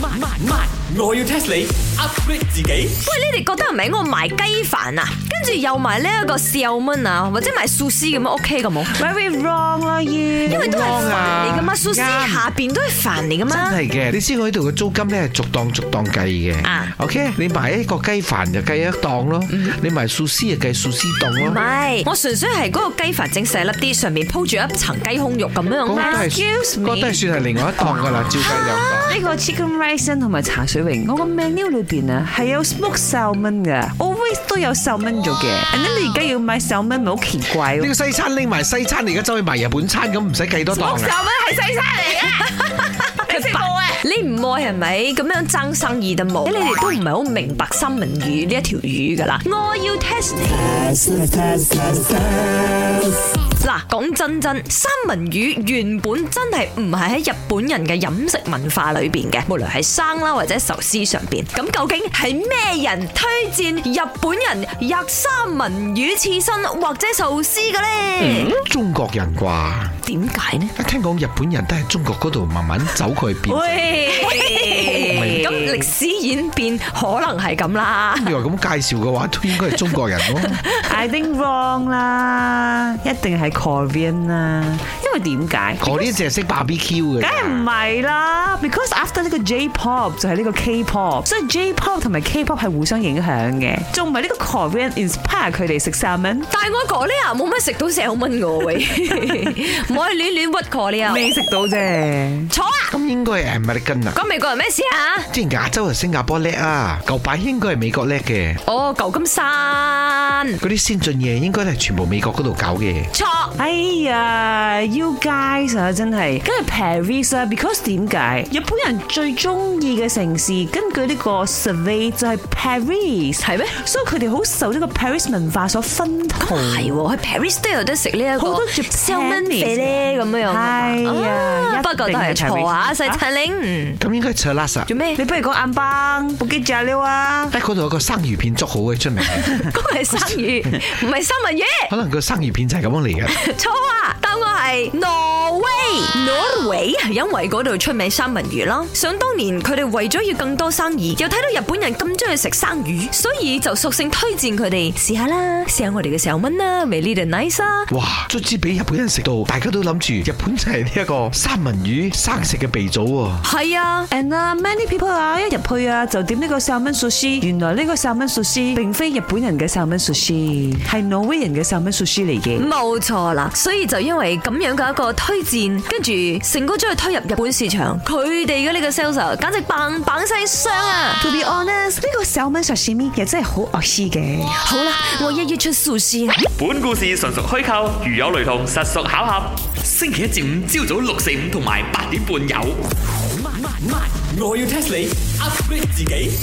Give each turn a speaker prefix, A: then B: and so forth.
A: 慢慢，我要 test 你 upgrade 自己。
B: 喂，你哋覺得係咪我賣雞飯啊？跟住又賣呢一個燒蚊啊，或者賣壽司咁樣啊 OK 嘅冇？
C: Very wrong 啦，因
B: 因為都係飯嚟噶嘛，壽司
C: 啱
B: 下邊都係飯嚟噶嘛。
D: 係嘅，你知我呢度嘅租金咧係逐檔逐檔計嘅。
B: 啊
D: OK，你買一個雞飯就計一檔咯，你買壽司就計壽司檔
B: 唔
D: 咯。
B: 係，我純粹係嗰個雞飯整細粒啲，上面鋪住一層雞胸肉咁樣
D: 嗰個都
B: 啦。
D: 係，
C: Excuse
D: 嗰
C: me
D: 個都係算係另外一檔㗎啦，照計兩 檔。
C: 呢個 chicken rice 啊同埋茶水榮，我個 menu 裏邊啊係有 smoke salmon 嘅，always 都有 salmon 咗嘅。And then 你而家要買 salmon 咪好奇怪
D: 呢
C: 咯
D: 個西餐拎埋西餐，你而家走去賣日本餐咁，唔使計多檔啊！
B: 佢白你唔愛係咪？咁樣爭生意得冇？啊你哋都唔係好明白三文魚呢一條魚㗎啦。我要 test 你。嗱，講真真，三文魚原本真係唔係喺日本人嘅飲食文化裏邊嘅，無論係生啦或者壽司上邊。咁究竟係咩人推薦日本人吔三文魚刺身或者壽司嘅呢？
D: 中國人啩？
B: 點解呢？
D: 一聽講日本人都喺中國嗰度慢慢走過去變。
B: 喂，咁歷史演變可能係咁啦。
D: 你話咁介紹嘅話，都應該係中國人 咯。
C: ，I think wrong 啦，一定係 Korean 啦，因為點解？
D: 我呢淨係識 barbecue 嘅。
C: 梗係唔係啦，because after 呢個 J-pop 就係呢個 K-pop，所以 J-pop 同埋 K-pop 係互相影響嘅，仲唔係呢個 Korean inspire 佢哋食 salmon？
B: 但係我講呢啊，冇乜食到四口蚊嘅喎，喂，唔可以亂亂屈過你啊！
C: 未食到啫。
B: 錯啊！
D: 咁應該係 American 啊。
B: 關美國人咩事啊？
D: 即係亞洲係新加坡叻啊，舊擺應該係美國叻嘅，
B: 哦，舊金山
D: 嗰啲先進嘢應該係全部美國嗰度搞嘅。
B: 錯。
C: 哎呀，you guys 啊，真係跟住 Paris 啊，because 點解日本人最中意嘅城市，根據呢個 survey 就係 Paris，
B: 係咩？
C: 所以佢哋好受呢個 Paris 文化所薰陶。
B: 係喎，去 Paris 都有得食呢一
C: 好
B: 個
C: 多 Japanese
B: 肥咧咁樣樣㗎嘛。
C: 係啊
B: 不過都係錯啊，細陳玲
D: 咁應該係 c h a l a s a
B: 做 咩？
C: 你不如講硬邦布吉炸料啊！
D: 喺嗰度有個生魚片粥好嘅出名，
B: 嗰個係生魚，唔係三文魚。
D: 可能個生魚片就係咁樣嚟嘅。
B: 錯啊！答案係挪威，挪威係因為嗰度出名三文魚啦。想當年佢哋為咗要更多生意，又睇到日本人咁中意食生魚，所以就索性推薦佢哋試下啦，試下我哋嘅石蚊啦，very nice 啊！
D: 哇！卒之俾日本人食到，大家都諗住日本就係呢一個三文魚生食嘅鼻祖喎。
B: 係啊，
C: And 啊，many people 啊，一入去啊就點呢個 salmon sushi，原來呢個 salmon sushi 並非日本人嘅 salmon sushi，係挪威人嘅 salmon sushi 嚟嘅。
B: 冇錯啦。所以就因為咁樣嘅一個推薦，跟住成功將佢推入日本市場，佢哋嘅呢個 sales 啊簡直棒棒聲聲啊！
C: To be honest，呢個 salmon sashimi 又真係好惡心嘅。
B: 好啦，我一於出 sushi 啊啦。
E: 本故事純屬虛構，如有雷同，實屬巧合。星期一至五朝早六四五同埋八點半有。
A: 慢慢，我要 test 你 upgrade 自己。